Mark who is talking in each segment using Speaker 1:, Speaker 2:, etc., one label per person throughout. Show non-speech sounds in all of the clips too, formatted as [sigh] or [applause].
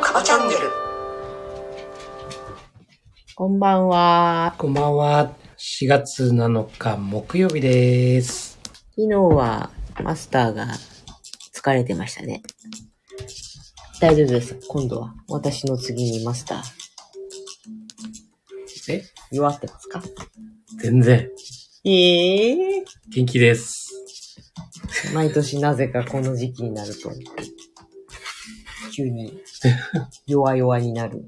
Speaker 1: カバチャンネル
Speaker 2: こんばんは。
Speaker 3: こんばんは。4月7日木曜日です。
Speaker 2: 昨日はマスターが疲れてましたね。大丈夫です。今度は私の次にマスター
Speaker 3: え
Speaker 2: 弱ってますか
Speaker 3: 全然。
Speaker 2: ええ
Speaker 3: 元気です。
Speaker 2: 毎年なぜかこの時期になると、急に弱々になる。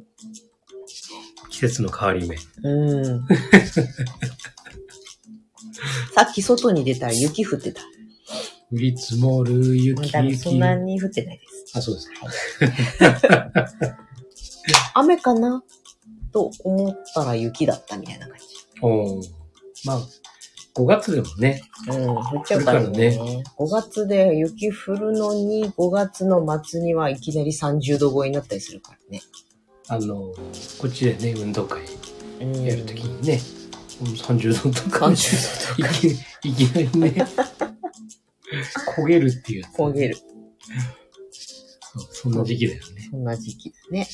Speaker 3: 季節の変わり目。
Speaker 2: うん。 [laughs] さっき外に出たら雪降ってた。
Speaker 3: 降り積もる雪
Speaker 2: 多分
Speaker 3: 雪。
Speaker 2: そんなに降ってないです。
Speaker 3: あ、そうです。
Speaker 2: 雨かなと思ったら雪だったみたいな感じ。
Speaker 3: おーまあ、5月でもね、
Speaker 2: うん、降っちゃうからね。
Speaker 3: 降
Speaker 2: 5月で雪降るのに、5月の末にはいきなり30度超えになったりするからね。
Speaker 3: あの、こっちでね、運動会
Speaker 2: うん
Speaker 3: やるときにね、うん30度とか、
Speaker 2: 30
Speaker 3: 度とかいき、いきなりね、焦げるっていうやつ
Speaker 2: 焦げる。
Speaker 3: そうそんな時期だよね。
Speaker 2: そんな時期だね。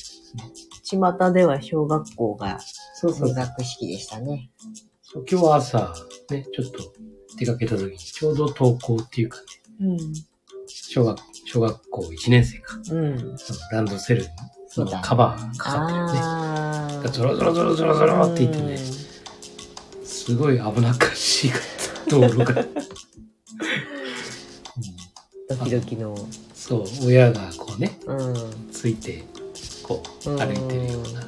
Speaker 2: 巷では小学校が
Speaker 3: そう
Speaker 2: 入学式でしたね。
Speaker 3: そう今日は朝、ね、ちょっと出かけた時に、ちょうど登校っていうかね、
Speaker 2: うん。
Speaker 3: 小学、小学校1年生か、
Speaker 2: うん。
Speaker 3: そのランドセル
Speaker 2: そう
Speaker 3: の
Speaker 2: だね
Speaker 3: カバーかかってるね。
Speaker 2: あー。
Speaker 3: ゾロゾロゾロゾロゾロって言ってね、すごい危なっかしいかった、道路
Speaker 2: [laughs]
Speaker 3: が。うん
Speaker 2: うん。ドキドキの。
Speaker 3: そう、親がこうね、
Speaker 2: うん。
Speaker 3: ついて、こう、
Speaker 2: うん
Speaker 3: 歩いてるような。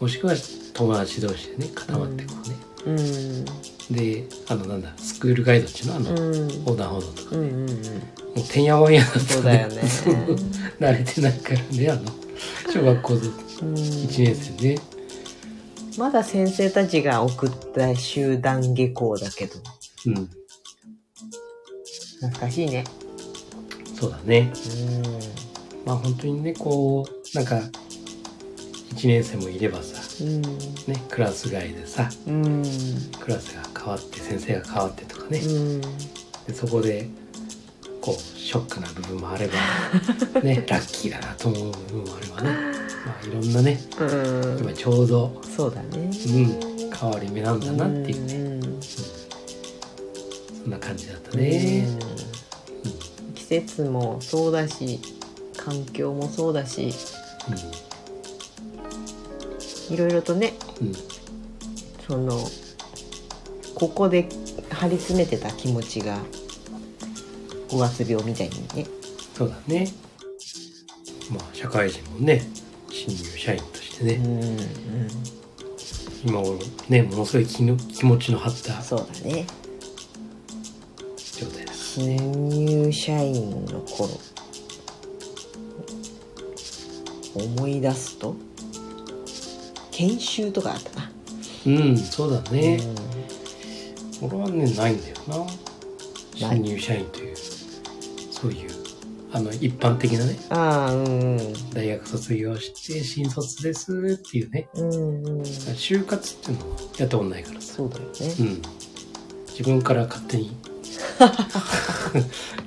Speaker 3: もしくは友達同士でね、固まってこうね。
Speaker 2: うん。
Speaker 3: で、あの、なんだ、スクールガイドっちのあ
Speaker 2: う
Speaker 3: の、
Speaker 2: ん。
Speaker 3: 横断歩道と
Speaker 2: う
Speaker 3: か、
Speaker 2: んうんうん。
Speaker 3: もうてんやわんやだった、
Speaker 2: そうだよね。
Speaker 3: [laughs] そう慣れてないからね、あの、小学校1 [laughs]
Speaker 2: うん
Speaker 3: 年生ね。
Speaker 2: まだ先生たちが送った集団下校だけど、
Speaker 3: うん、
Speaker 2: 懐かしいね。
Speaker 3: そうだね。
Speaker 2: う
Speaker 3: まあ本当にねこうなんか1年生もいればさ、
Speaker 2: ん。
Speaker 3: ね、クラス外でさ
Speaker 2: うん。うん。
Speaker 3: クラスが変わって先生が変わってとかね、
Speaker 2: うん。
Speaker 3: でそこでこうショックな部分もあれ [laughs] ば、ね、ラッキーだなと思う部分もあればね、まあ、いろんなね
Speaker 2: うん。
Speaker 3: 今ちょうど、
Speaker 2: そうだね。
Speaker 3: うん、変わり目なんだなっていうね、
Speaker 2: ね。
Speaker 3: そんな感じだったね。
Speaker 2: うん季節もそうだし、環境もそうだし、いろいろとね、
Speaker 3: うんうん
Speaker 2: その、ここで張り詰めてた気持ちが、五月病みたいにね、
Speaker 3: そうだね。まあ社会人もね新入社員としてね、
Speaker 2: うん
Speaker 3: 今頃ねものすごい気の気持ちの張った
Speaker 2: そうだね
Speaker 3: 状態だ
Speaker 2: 新入社員の頃思い出すと研修とかあったな
Speaker 3: うんそうだね
Speaker 2: う、ん
Speaker 3: 俺はねないんだよな
Speaker 2: ない
Speaker 3: 新入社員というそういうあの一般的なね
Speaker 2: ああうん
Speaker 3: 大学卒業して新卒ですっていうね
Speaker 2: うんうんうん
Speaker 3: 就活っていうのはやったことないからさ
Speaker 2: そうだよね
Speaker 3: うん自分から勝手 [laughs] に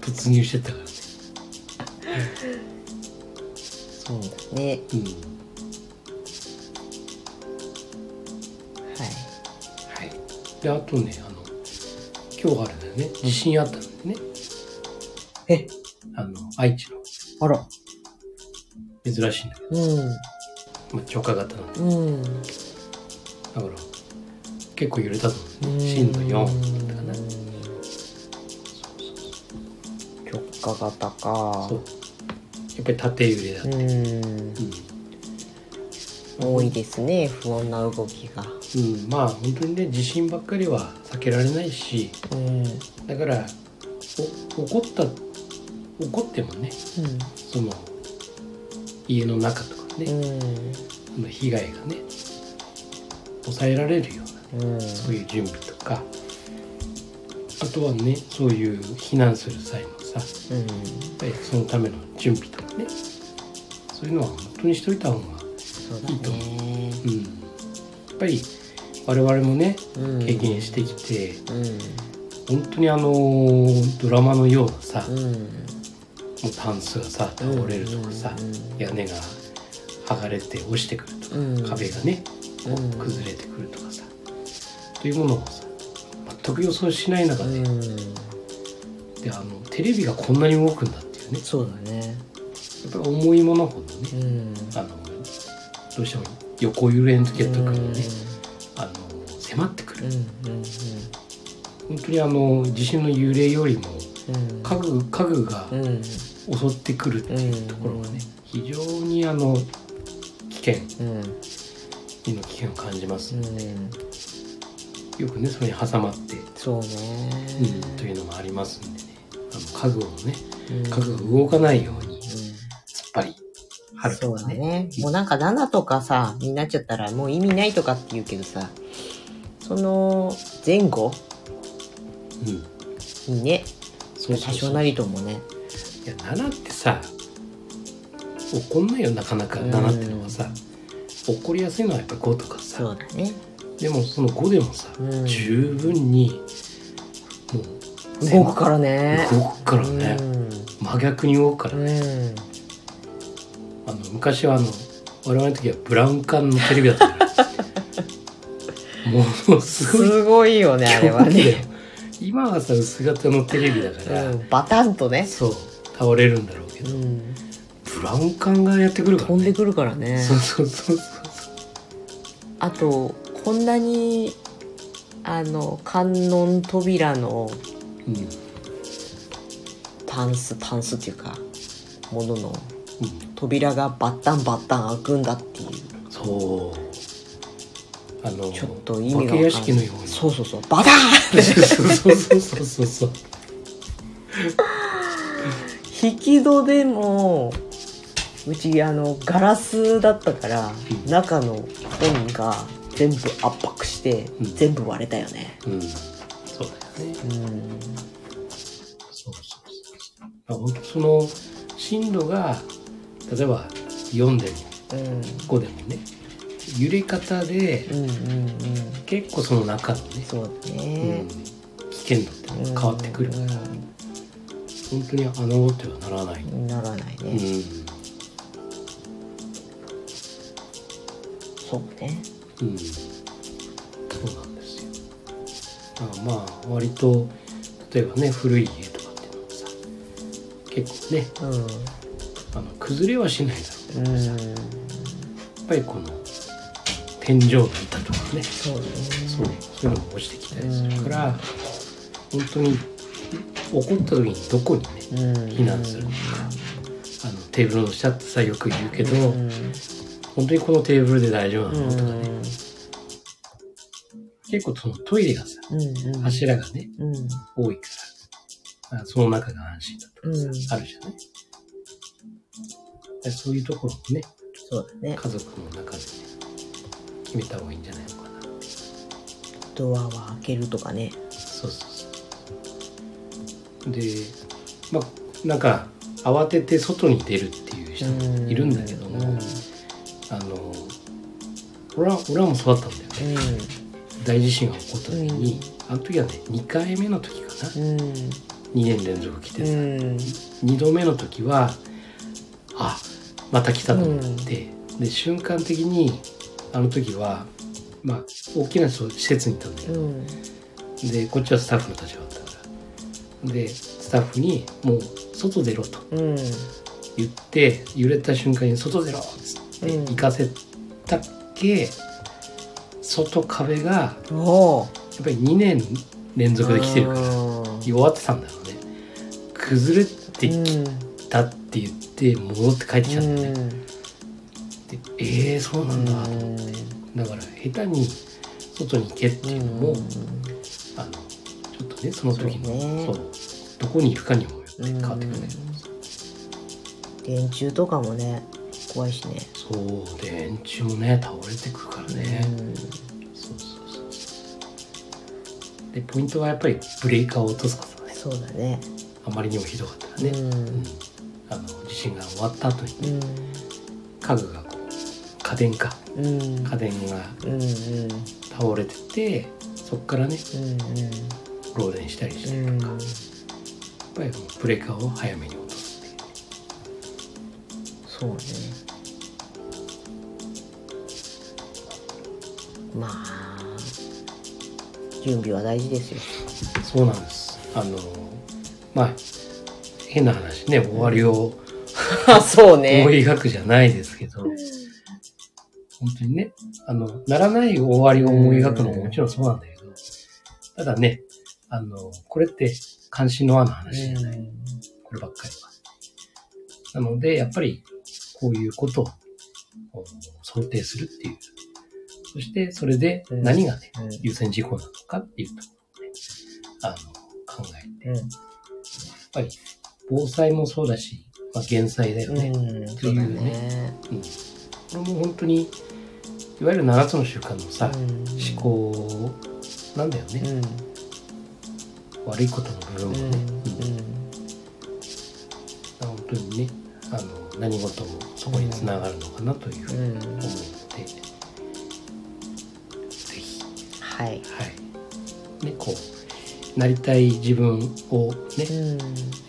Speaker 3: 突入してったからね
Speaker 2: そうだね
Speaker 3: うん
Speaker 2: はい
Speaker 3: はいであとねあの今日あれだよね地震あったんだよね
Speaker 2: え
Speaker 3: あの愛知の
Speaker 2: あら
Speaker 3: 珍しいんだけ
Speaker 2: う
Speaker 3: ど、まあ、直下型なんで
Speaker 2: んうん
Speaker 3: だから結構揺れたと思うね震度4だったかな
Speaker 2: うん直下型か
Speaker 3: そうやっぱり縦揺れだ、
Speaker 2: うん多いですね不穏な動きが
Speaker 3: うん、うん、まあ本当にね地震ばっかりは避けられないし
Speaker 2: うんうん
Speaker 3: だからお起こった起こってもねその家の中とか
Speaker 2: う
Speaker 3: ね、
Speaker 2: ん
Speaker 3: その被害がね抑えられるような
Speaker 2: うん
Speaker 3: そういう準備とかあとはねそういう避難する際のさや
Speaker 2: うん
Speaker 3: っぱりそのための準備とかねそういうのは本当にしといた方が
Speaker 2: そうだね
Speaker 3: うんっぱり我々もね
Speaker 2: うん
Speaker 3: 経験してきて、
Speaker 2: うん
Speaker 3: 本当にあのドラマのようなさ、も
Speaker 2: うん
Speaker 3: うタンスがさ倒れるとかさ、
Speaker 2: うんうん
Speaker 3: 屋根が剥がれて落ちてくるとか、
Speaker 2: うん
Speaker 3: 壁がねこ
Speaker 2: うん
Speaker 3: う崩れてくるとかさ、というものをさ全く予想しない中
Speaker 2: う
Speaker 3: で,、
Speaker 2: ん
Speaker 3: であのテレビがこんなに動くんだっていうね
Speaker 2: そうだね
Speaker 3: やっぱり重いものほどね、
Speaker 2: うん
Speaker 3: あのどうしても横揺れの時は特にね、
Speaker 2: う
Speaker 3: あの迫ってくる
Speaker 2: んうん
Speaker 3: 本当にあの地震の揺れよりも
Speaker 2: うん
Speaker 3: 家具家具が
Speaker 2: うんうん
Speaker 3: 襲ってくるっていうところがね非常にあの危険
Speaker 2: うん
Speaker 3: 身の危険を感じます
Speaker 2: うん
Speaker 3: よくねそれに挟まって、
Speaker 2: そうね
Speaker 3: うん、というのもありますんでねあの家具をね
Speaker 2: うん
Speaker 3: 家具が動かないように
Speaker 2: うん
Speaker 3: 突っ張り張る
Speaker 2: そ
Speaker 3: と
Speaker 2: う
Speaker 3: か
Speaker 2: だ
Speaker 3: ね
Speaker 2: ね。もうなんか7とかさ、になっちゃったらもう意味ないとかって言うけどさ、その前後
Speaker 3: うん
Speaker 2: にね、
Speaker 3: そうそうそ
Speaker 2: 多
Speaker 3: う
Speaker 2: 少なりともね。
Speaker 3: いや7ってさ怒んないよなかなか
Speaker 2: うん
Speaker 3: 7ってのはさ怒りやすいのはやっぱ5とか
Speaker 2: そ
Speaker 3: さ
Speaker 2: うだね。
Speaker 3: でもその5でもさ、
Speaker 2: うん
Speaker 3: 十分にもう
Speaker 2: 動くからね。
Speaker 3: 動くからね、
Speaker 2: うん
Speaker 3: 真逆に動くから、
Speaker 2: うん。
Speaker 3: あの昔はあの我々の時はブラウン管のテレビだった
Speaker 2: [laughs]
Speaker 3: からものすごい
Speaker 2: すごい
Speaker 3: [laughs]
Speaker 2: よね、あれは
Speaker 3: 狂気だよ
Speaker 2: ね。
Speaker 3: 今はさ薄型のテレビだから、
Speaker 2: うんバタンとね。
Speaker 3: そう倒れるんだろうけ
Speaker 2: う
Speaker 3: ど、
Speaker 2: ん。
Speaker 3: ブラウン管がやってくるから、
Speaker 2: 飛ん
Speaker 3: ね、
Speaker 2: でくるからね。
Speaker 3: そうそうそうそう
Speaker 2: あと、こんなに、あの、観音扉の
Speaker 3: うんうん
Speaker 2: タンス、タンスっていうか、ものの扉がバッタンバッタン開くんだっていう
Speaker 3: そうあの
Speaker 2: ちょっと意味が
Speaker 3: お化け
Speaker 2: わ
Speaker 3: 屋
Speaker 2: か
Speaker 3: 敷
Speaker 2: ん
Speaker 3: の
Speaker 2: ない
Speaker 3: ように
Speaker 2: そうそうそうバターンっ
Speaker 3: そうそうそうそうそう
Speaker 2: て引き戸でもうちあのガラスだったから
Speaker 3: うん
Speaker 2: 中の本が全部圧迫して
Speaker 3: うん
Speaker 2: 全部割れたよね
Speaker 3: [laughs] うんそうだよね
Speaker 2: うん
Speaker 3: そうそうそうあほんとその震度が例えば4でも
Speaker 2: うん
Speaker 3: 5でもね揺れ方で
Speaker 2: うんうんうん
Speaker 3: 結構その中のね、
Speaker 2: そうだ
Speaker 3: う
Speaker 2: ね
Speaker 3: ん、危険度って
Speaker 2: うん
Speaker 3: 変わってくるから本当にあのってはならない、う
Speaker 2: うんならない
Speaker 3: ん
Speaker 2: ねそうね
Speaker 3: うん、そうなんですよだからまあ割と例えばね古い家とかっていうのはさ結構ね
Speaker 2: うん
Speaker 3: あの崩れはしないだろうけ
Speaker 2: う
Speaker 3: ど
Speaker 2: ん
Speaker 3: やっぱりこの天井の板とかね
Speaker 2: そうだね
Speaker 3: そうそういうのも落ちてきたりするから、本当に怒った時にどこにね
Speaker 2: うん
Speaker 3: 避難するのか、あのテーブルの下ってさよく言うけど、
Speaker 2: うん
Speaker 3: 本当にこのテーブルで大丈夫なの、
Speaker 2: うん
Speaker 3: 結構そのトイレがさ
Speaker 2: うんうん
Speaker 3: 柱がね
Speaker 2: うん
Speaker 3: 多いからあその中が安心だとかさ、
Speaker 2: うん
Speaker 3: あるじゃないでそういうところもね
Speaker 2: そうだね
Speaker 3: 家族の中でね決めた方がいいんじゃないのかな
Speaker 2: ドアは開けるとかね
Speaker 3: そうそうそうでまあなんか慌てて外に出るっていう人もいるんだけども、
Speaker 2: うん
Speaker 3: あの俺は俺はもうそうだったんだよね大地震が起こった時に、あの時はね2回目の時かな
Speaker 2: うん
Speaker 3: 2年連続来て
Speaker 2: う
Speaker 3: さ、
Speaker 2: ん
Speaker 3: 2度目の時はあまた来たと思って、で瞬間的にあの時はまあ大きな施設にいたんだけ
Speaker 2: う
Speaker 3: ど、
Speaker 2: ん
Speaker 3: でこっちはスタッフの立場だったからでスタッフに「もう外出ろ」と
Speaker 2: うん
Speaker 3: 言って揺れた瞬間に「外出ろ」っつって
Speaker 2: うん
Speaker 3: 行かせたっけ、外壁がや
Speaker 2: おお
Speaker 3: っぱり2年連続で来てるから
Speaker 2: ら
Speaker 3: 弱ってたんだろうね崩れてき
Speaker 2: うん
Speaker 3: たって言って戻って帰ってきたんだよね、でえー、そうなんだと思って、だから下手に外に行けっていうのも、あのちょっとねその時の
Speaker 2: そうね
Speaker 3: そうどこにいるかにもよって変わってくるんだけど、
Speaker 2: 電柱とかもね怖いしね
Speaker 3: そう電柱もね倒れてくるからね、そうそうそうそうでポイントはやっぱりブレーカーを落とすことだ
Speaker 2: うん
Speaker 3: ね
Speaker 2: そうだね
Speaker 3: あまりにもひどかったら
Speaker 2: う
Speaker 3: ね、うん
Speaker 2: ん
Speaker 3: あの地震が終わった後に
Speaker 2: う
Speaker 3: ね
Speaker 2: ん
Speaker 3: 家具がこう家電か
Speaker 2: うん
Speaker 3: 家電が
Speaker 2: うんうん
Speaker 3: 倒れててそっからね
Speaker 2: うん
Speaker 3: 漏電したりして
Speaker 2: う
Speaker 3: やっ
Speaker 2: ん
Speaker 3: ぱりもうブレーカーを早めに落とすっていう
Speaker 2: そうねまあ準備は大事ですよ
Speaker 3: そうなんです。あの、まあ、変な話ね、終わりを
Speaker 2: あそう
Speaker 3: 思
Speaker 2: ね
Speaker 3: い描くじゃないですけど、本当にね、あの、ならない終わりを思い描くのももちろんそうなんだけど、ただね、あの、これって関心の輪の話じゃない、こればっかりは。なので、やっぱり、こういうことをこう想定するっていう。そして、それで何がね、優先事項なのかっていうところをね、あの、考えて
Speaker 2: うん
Speaker 3: やっぱり防災もそうだし、まあ、減災だよね、
Speaker 2: うん
Speaker 3: って
Speaker 2: そ
Speaker 3: いうう
Speaker 2: だ
Speaker 3: ね
Speaker 2: ね
Speaker 3: うんこれも本当にいわゆる7つの習慣のさ、
Speaker 2: 思
Speaker 3: 思考なんだよね、
Speaker 2: うん
Speaker 3: 悪いことの部分も
Speaker 2: う
Speaker 3: ね、うん
Speaker 2: ん
Speaker 3: 本当にねあの何事もそこにつながるのかなというふう
Speaker 2: う
Speaker 3: に
Speaker 2: んうん
Speaker 3: 思って、ぜひ
Speaker 2: はい
Speaker 3: はいねこうなりたい自分をね、
Speaker 2: うん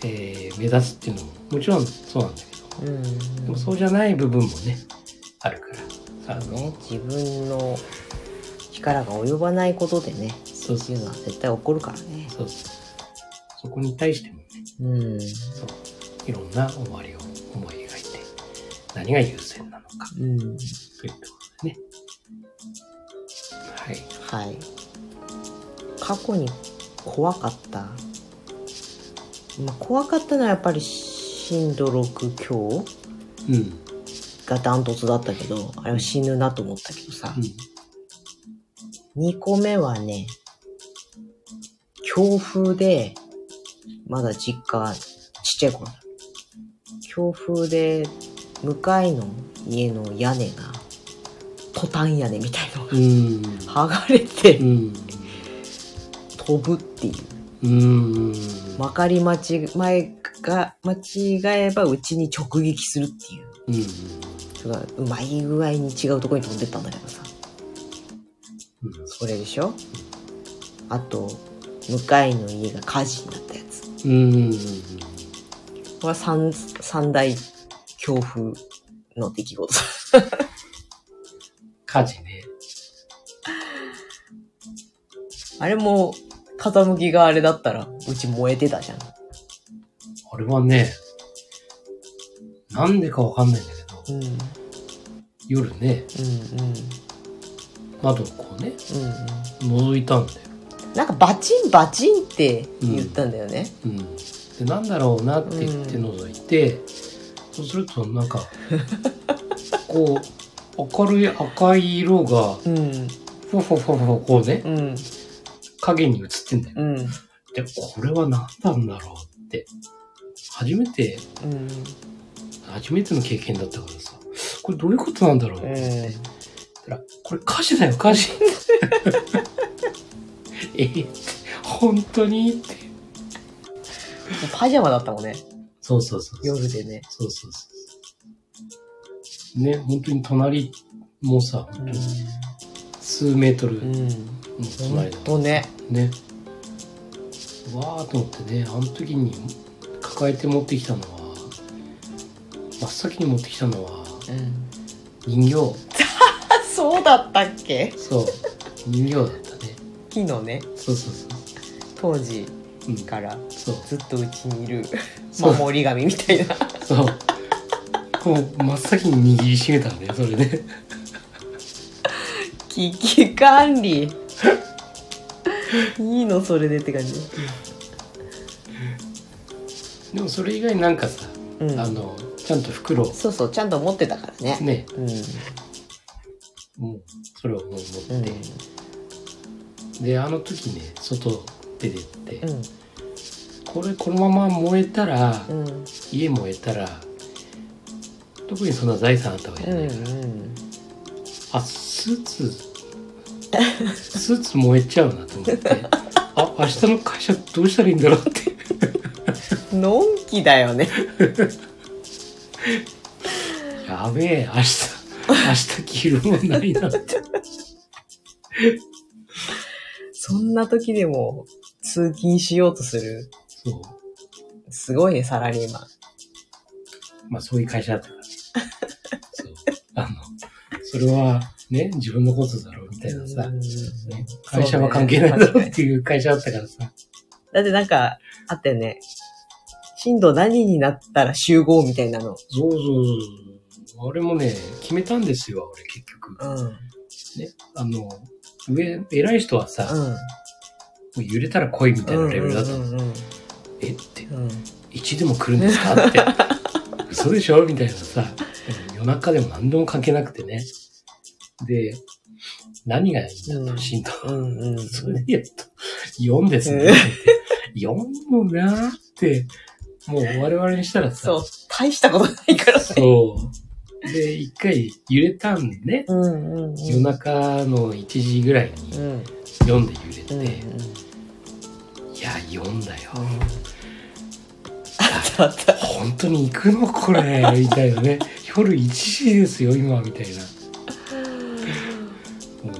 Speaker 3: えー目指すっていうのももちろんそうなんだけど
Speaker 2: うん
Speaker 3: でもそうじゃない部分もねあるからあの
Speaker 2: ね自分の力が及ばないことでね
Speaker 3: そう
Speaker 2: って
Speaker 3: そ
Speaker 2: いううのは絶対起こるからね
Speaker 3: そうそうそこに対してもね
Speaker 2: うん
Speaker 3: そういろんな終わりを思い描いて何が優先なのか
Speaker 2: うん
Speaker 3: というところでねはい
Speaker 2: はい過去に怖かった、まあ、怖かったのはやっぱり震度6強
Speaker 3: うん、
Speaker 2: がダントツだったけどあれは死ぬなと思ったけどさ、
Speaker 3: う
Speaker 2: 2個目はね、強風で、まだ実家、ちっちゃい頃だ。強風で、向かいの家の屋根が、トタン屋根みたいの
Speaker 3: んうん
Speaker 2: が剥がれて
Speaker 3: うん
Speaker 2: 飛ぶっていう。
Speaker 3: うん
Speaker 2: まかり間違えが、間違えばうちに直撃するっていう。
Speaker 3: うん
Speaker 2: それがうまい具合に違うところに飛んでったんだけどさ。
Speaker 3: うん
Speaker 2: それでしょあと、向かいの家が火事になったやつ。
Speaker 3: うん
Speaker 2: これは三、三大恐怖の出来事。 [laughs]
Speaker 3: 火事ね
Speaker 2: あれも、傾きがあれだったら、うち燃えてたじゃん。
Speaker 3: あれはねなんでかわかんないんだけど
Speaker 2: うん、うん、うん、
Speaker 3: 夜ね窓をこうね
Speaker 2: う
Speaker 3: 覗いたんだよ
Speaker 2: ん。なんかバチンバチンって言ったんだよね。
Speaker 3: うん、でなんだろうなって言って覗いて、そうするとなんかこう明るい赤い色が
Speaker 2: うん、
Speaker 3: ふわふわふわふわこうね
Speaker 2: うん、
Speaker 3: 影に映ってんだよ。
Speaker 2: うん、うん、
Speaker 3: でこれは何なんだろうって初めて
Speaker 2: うん、
Speaker 3: 初めての経験だったからさこれどういうことなんだろうって言って、たらこれ火事だよ火事 [laughs] えって本当にって
Speaker 2: パジャマだったもんね。
Speaker 3: そうそうそうそう
Speaker 2: 夜でね。
Speaker 3: そうそうそう。ね、本当に隣もさ、
Speaker 2: う
Speaker 3: 本
Speaker 2: ん
Speaker 3: 当に数メートル、
Speaker 2: う
Speaker 3: の
Speaker 2: ん。
Speaker 3: 隣だ
Speaker 2: ほんとね。
Speaker 3: ね。わーと思ってね、あの時に抱えて持ってきたのは、真っ先に持ってきたのは、
Speaker 2: うん。
Speaker 3: 人形。
Speaker 2: あ、 [laughs] そうだったっけ
Speaker 3: そう。人形だったね。
Speaker 2: 昨日ね、
Speaker 3: そうそうそう。
Speaker 2: 当時
Speaker 3: うん、
Speaker 2: から
Speaker 3: そう。
Speaker 2: ずっとうちにい [laughs] る
Speaker 3: そう
Speaker 2: 守り神みたいな。 [laughs]
Speaker 3: そう。こう、真っ先に握りしめたんだよ、それね。
Speaker 2: 危機管理 [laughs] いいのそれでって感じ
Speaker 3: でもそれ以外なんかさ、
Speaker 2: うん
Speaker 3: あの、ちゃんと袋を
Speaker 2: そうそうちゃんと持ってたからね
Speaker 3: ね、
Speaker 2: うん
Speaker 3: もうそれをもう持って、
Speaker 2: うん
Speaker 3: であの時ね外出てって、
Speaker 2: うん
Speaker 3: これこのまま燃えたら、
Speaker 2: うん
Speaker 3: 家燃えたら特にそんな財産あったわけじゃ
Speaker 2: う
Speaker 3: ない
Speaker 2: ん
Speaker 3: から、あスーツ [laughs] スーツ燃えちゃうなと思ってあ明日の会社どうしたらいいんだろうって
Speaker 2: うんのん [laughs] きだよね
Speaker 3: やべえ明日 [laughs] 明日着るもんないなって。
Speaker 2: そんな時でも通勤しようとする。
Speaker 3: そう。
Speaker 2: すごいね、サラリーマン。
Speaker 3: まあそういう会社だったから。そう。あの、それはね、自分のことだろうみたいなさ
Speaker 2: う。ん
Speaker 3: ね会社は関係ないだろうっていう会社だったからさ。
Speaker 2: だってなんか、あったよね。震度何になったら集合みたいなの。
Speaker 3: そうそうそう。あれもね、決めたんですよ、俺結局。
Speaker 2: うん。うん。
Speaker 3: ね。あの、上、偉い人はさ、もう揺れたら来いみたいなレベルだった。
Speaker 2: うんうんうん
Speaker 3: えって、
Speaker 2: うん。うん
Speaker 3: 1でも来るんですかって。 [laughs] 嘘でしょみたいなさ。夜中でも何でも関係なくてね。で、何がいいんだ
Speaker 2: うん
Speaker 3: と、シンと。
Speaker 2: うんうんうん
Speaker 3: それでやっと、4ですね。4も [laughs] なーって、もう我々にしたらさ、
Speaker 2: そう。大したことないからね。
Speaker 3: そう。で、一回揺れたんでね。
Speaker 2: うんうんうん。
Speaker 3: 夜中の1時ぐらいに
Speaker 2: うん。
Speaker 3: 4で
Speaker 2: う
Speaker 3: 揺
Speaker 2: [laughs] ん。
Speaker 3: れて、
Speaker 2: うん
Speaker 3: いや、4だよ。
Speaker 2: あったあった。
Speaker 3: 本当に行くのこれ、みたいなね。夜1時ですよ、今、みたいな。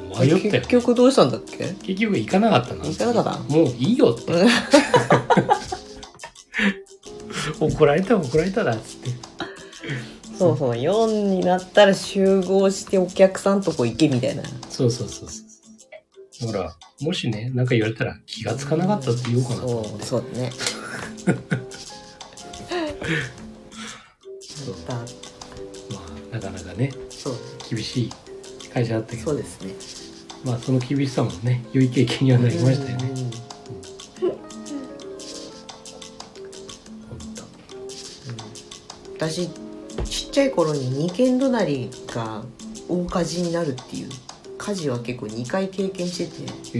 Speaker 3: もう迷ったよ。
Speaker 2: 結局どうしたんだっけ
Speaker 3: 結局行かなかったな。
Speaker 2: 行かなかっ
Speaker 3: もうい
Speaker 2: [laughs]
Speaker 3: いよって。怒られた怒られただっつって。
Speaker 2: そうそう。4になったら集合してお客さんとこ行けみたいな。
Speaker 3: そうそうそうそう。だから、もしね、なんか言われたら気がつかなかったって言おうかなと思って。
Speaker 2: そう、そう [laughs] だね。
Speaker 3: そう
Speaker 2: だ
Speaker 3: まあ、なかなかね、
Speaker 2: そう
Speaker 3: 厳しい会社だったけ
Speaker 2: そう
Speaker 3: ど、
Speaker 2: ですね。
Speaker 3: まあ、その厳しさもね、良い経験にはなりましたよね。
Speaker 2: うん。
Speaker 3: 本当
Speaker 2: 私ちっちゃい頃に2軒隣が大火事になるっていう火事は結構2回経験してて
Speaker 3: へえ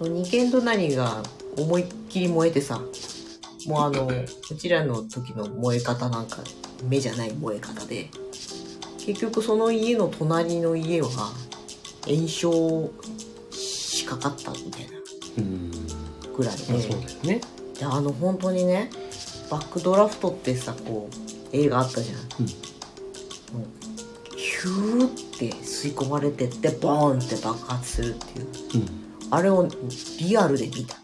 Speaker 2: 2軒隣が思いっきり燃えてさもうあのうちらの時の燃え方なんか目じゃない燃え方で結局その家の隣の家は炎症しかかったみたいな
Speaker 3: うん。
Speaker 2: ぐらい
Speaker 3: まあ、
Speaker 2: で
Speaker 3: そうだよね。
Speaker 2: であの本当にねバックドラフトってさこう映画あったじゃん、
Speaker 3: うん
Speaker 2: もうヒューって吸い込まれてってボーンって爆発するっていう
Speaker 3: うん。
Speaker 2: あれをリアルで見た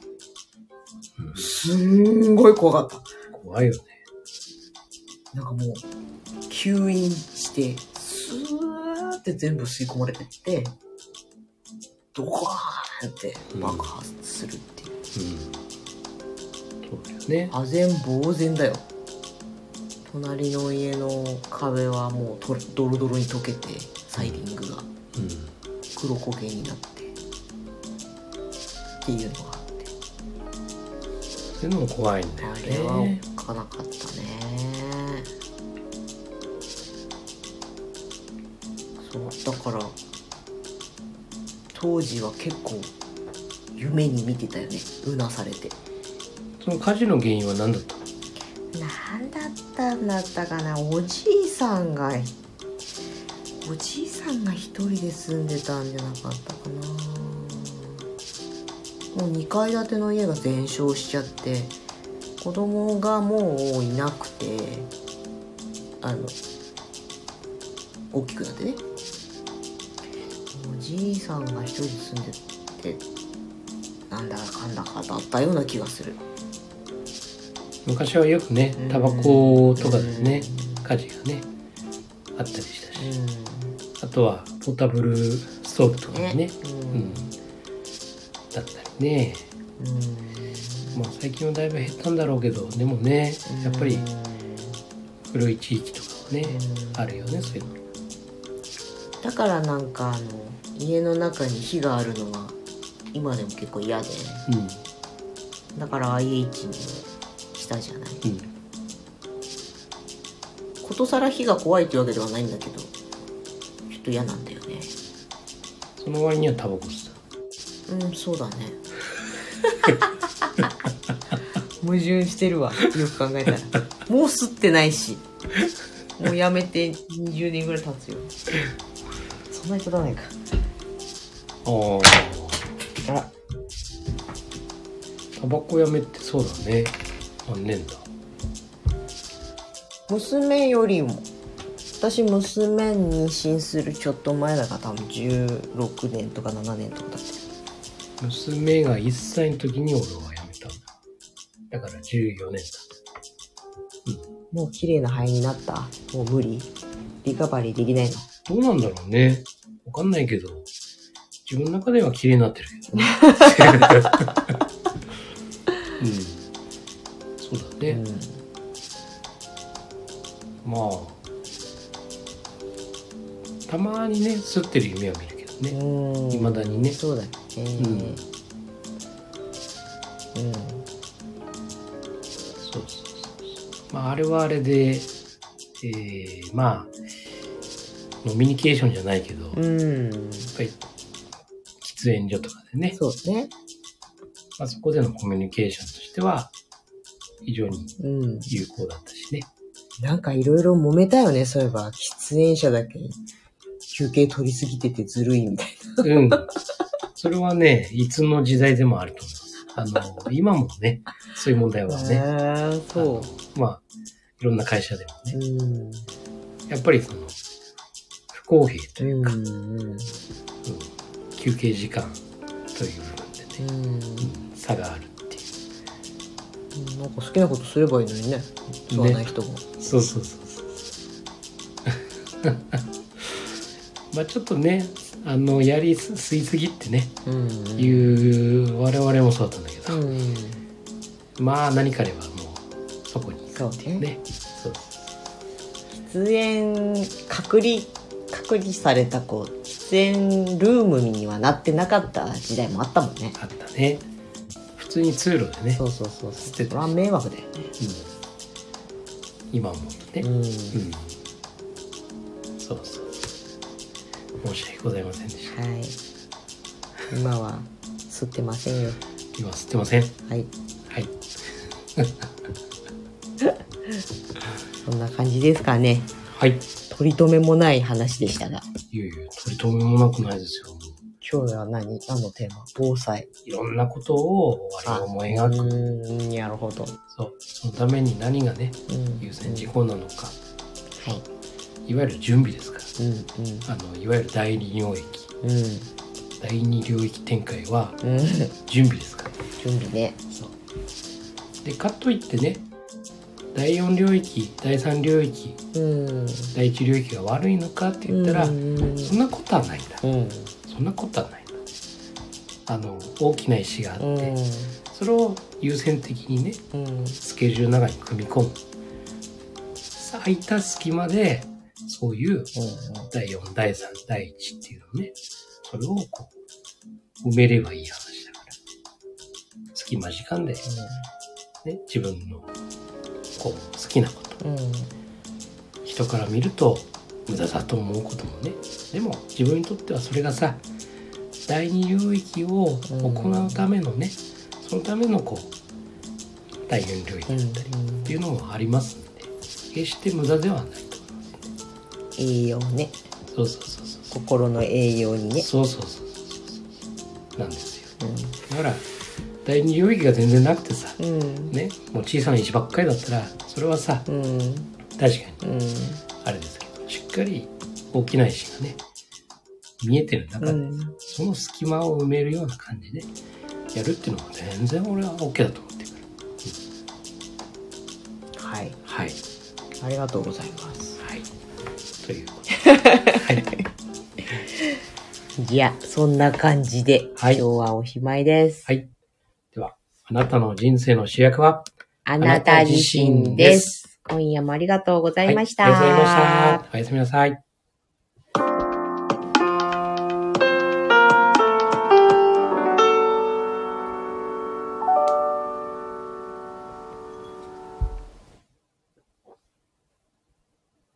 Speaker 2: すんごい怖かっ
Speaker 3: 怖いよね。
Speaker 2: たなんかもう吸引してスーって全部吸い込まれてってドカーンって爆発するっていう、
Speaker 3: うん。そうだよね。
Speaker 2: あぜんぼうぜんだよ隣の家の壁はもうとドロドロに溶けてサイリングが
Speaker 3: うん。
Speaker 2: 黒焦げになってっていうのがあって
Speaker 3: そういうのも怖いんだよ
Speaker 2: あれは
Speaker 3: ね。
Speaker 2: 置かなかったねそうだから当時は結構夢に見てたよねうなされて
Speaker 3: その火事の原因は何だったの
Speaker 2: なんだったんだったかなおじいさんがおじいさんが一人で住んでたんじゃなかったかなもう2階建ての家が全焼しちゃって子供がもういなくてあの大きくなってねおじいさんが一人で住んでてなんだかんだかだったような気がする
Speaker 3: 昔はよくね
Speaker 2: うん、
Speaker 3: タバコとかでね、
Speaker 2: うん
Speaker 3: 火事がね、あったりしたし、
Speaker 2: うん
Speaker 3: あとはポータブルストーブとかもね、
Speaker 2: うん
Speaker 3: うん。だったりね。
Speaker 2: うん
Speaker 3: まあ最近はだいぶ減ったんだろうけど、でもね、やっぱり古い地域とかはね、あるよね、そういうの。
Speaker 2: だからなんかあの家の中に火があるのは今でも結構嫌で
Speaker 3: うん。
Speaker 2: だから IH にしたじゃない
Speaker 3: うん。
Speaker 2: ことさら火が怖いってわけではないんだけどちょっと嫌なんだよね
Speaker 3: その割にはタバコ吸っ
Speaker 2: うんそうだね [laughs] 矛盾してるわよく考えたらもう吸ってないしもうやめて20年ぐらい経つよそんなに経たないか
Speaker 3: た。ああ。
Speaker 2: あら
Speaker 3: タバコやめってそうだね何年だ
Speaker 2: 娘よりも私娘妊娠するちょっと前だから多分16年とか7年とかだっ
Speaker 3: 娘が1歳の時に俺は辞めたんだ。だから14年
Speaker 2: たもう綺麗な肺になったもう無理リカバリーできないの
Speaker 3: だ。どうなんだろうね。わかんないけど、自分の中では綺麗になってるけど [laughs] ね。うん。そうだね。
Speaker 2: う
Speaker 3: まあ、たまにね、吸ってる夢は見るけどね。
Speaker 2: ん
Speaker 3: 未だにね
Speaker 2: そうだよねうん、
Speaker 3: そうそうそうそう。まあ、あれはあれで、えー、まあ、ノミニケーションじゃないけど、やっ
Speaker 2: うん
Speaker 3: ぱり、喫煙所とかでね、
Speaker 2: そうね
Speaker 3: まあ、そこでのコミュニケーションとしては、非常に
Speaker 2: うん
Speaker 3: 有効だったしね。
Speaker 2: なんかいろいろ揉めたよねそういえば喫煙者だけ休憩取りすぎててずるいみたい
Speaker 3: うん。それはね、いつの時代でもあると思います。あの、今もね、そういう問題は
Speaker 2: な
Speaker 3: ね、
Speaker 2: ねえそ
Speaker 3: まあ、いろんな会社でもね
Speaker 2: う、うん
Speaker 3: やっぱりその、不公平と
Speaker 2: う
Speaker 3: いうか、
Speaker 2: んうん
Speaker 3: うん休憩時間という部分
Speaker 2: うん
Speaker 3: でね、うん差があるっていう。
Speaker 2: なんか好きなことすればいいのにね吸わない人も、
Speaker 3: そうそうそうそう。 [laughs] まあちょっとね、あの、やりす吸いすぎってね、
Speaker 2: うんうん
Speaker 3: いう我々もそうだったんだけ
Speaker 2: う
Speaker 3: ど、
Speaker 2: ん
Speaker 3: まあ何かあればもうそこに行
Speaker 2: そう
Speaker 3: く
Speaker 2: ね
Speaker 3: ね。そう
Speaker 2: 喫煙隔離隔離されたこう喫煙ルームにはなってなかった時代もあったもんね
Speaker 3: あったね。普通に通路でね、
Speaker 2: そうそうそうそ
Speaker 3: てた
Speaker 2: れは迷惑だよね
Speaker 3: うん今思うとね、
Speaker 2: うん
Speaker 3: うんそうそう。申し訳ございませんでした。
Speaker 2: はい今は吸ってませんよ
Speaker 3: 今吸ってません。
Speaker 2: はい
Speaker 3: はい。
Speaker 2: [laughs] そんな感じですかね
Speaker 3: はい。
Speaker 2: 取り留めもない話でしたが
Speaker 3: いよいよ取り留めもなくないですよ。もう
Speaker 2: 今日は何何のテーマ防災
Speaker 3: いろんなことを我々は思い描く。
Speaker 2: うんなるほど
Speaker 3: そう。そのために何がね、
Speaker 2: うん
Speaker 3: 優先事項なのか。
Speaker 2: はい
Speaker 3: いわゆる準備ですから。
Speaker 2: う
Speaker 3: あの、いわゆる第二領域。
Speaker 2: んうんうん
Speaker 3: 第二領域展開は
Speaker 2: うん、準
Speaker 3: 準備ですから。
Speaker 2: 備ね。
Speaker 3: そう。で、かといってね、第四領域、第三領域、
Speaker 2: うん。
Speaker 3: 第一領域が悪いのかって言ったら、
Speaker 2: うん。
Speaker 3: そんなことはないんだ。
Speaker 2: うん。
Speaker 3: そんなことはないんだ。あの、大きな石があって、
Speaker 2: うん。
Speaker 3: それを優先的にね
Speaker 2: うん。
Speaker 3: スケジュールの中に組み込む空いた隙間でそういう第4第3第1っていうのをねそれをこう埋めればいい話だから隙間時間で、ね、自分のこう好きなこと
Speaker 2: うん。
Speaker 3: 人から見ると無駄だと思うこともねでも自分にとってはそれがさ第二領域を行うためのね、そのためのこう第四領域だったりっていうのもありますんで決して無駄ではないと思いますね
Speaker 2: 栄養ね。
Speaker 3: そうそうそうそうそう
Speaker 2: 心の栄養にね。
Speaker 3: そうそうそうそうそうなんですよだから第二領域が全然なくてさ
Speaker 2: うん。うん。
Speaker 3: ねもう小さな石ばっかりだったらそれはさ
Speaker 2: うん。
Speaker 3: 確かに
Speaker 2: うん。
Speaker 3: あれですけどしっかり大きな石がね見えてる中で、
Speaker 2: うん。
Speaker 3: その隙間を埋めるような感じでやるっていうのは全然俺は OK だと思ってるから
Speaker 2: はい。
Speaker 3: はい
Speaker 2: ありがとうございます。
Speaker 3: はいとい
Speaker 2: [laughs]
Speaker 3: うことではい
Speaker 2: いや、そんな感じで、
Speaker 3: はい
Speaker 2: 今日はおしまいです。
Speaker 3: はいではあなたの人生の主役は
Speaker 2: あなた自身です。今夜もありがとうございました。
Speaker 3: はいありがとうございましたおやすみなさい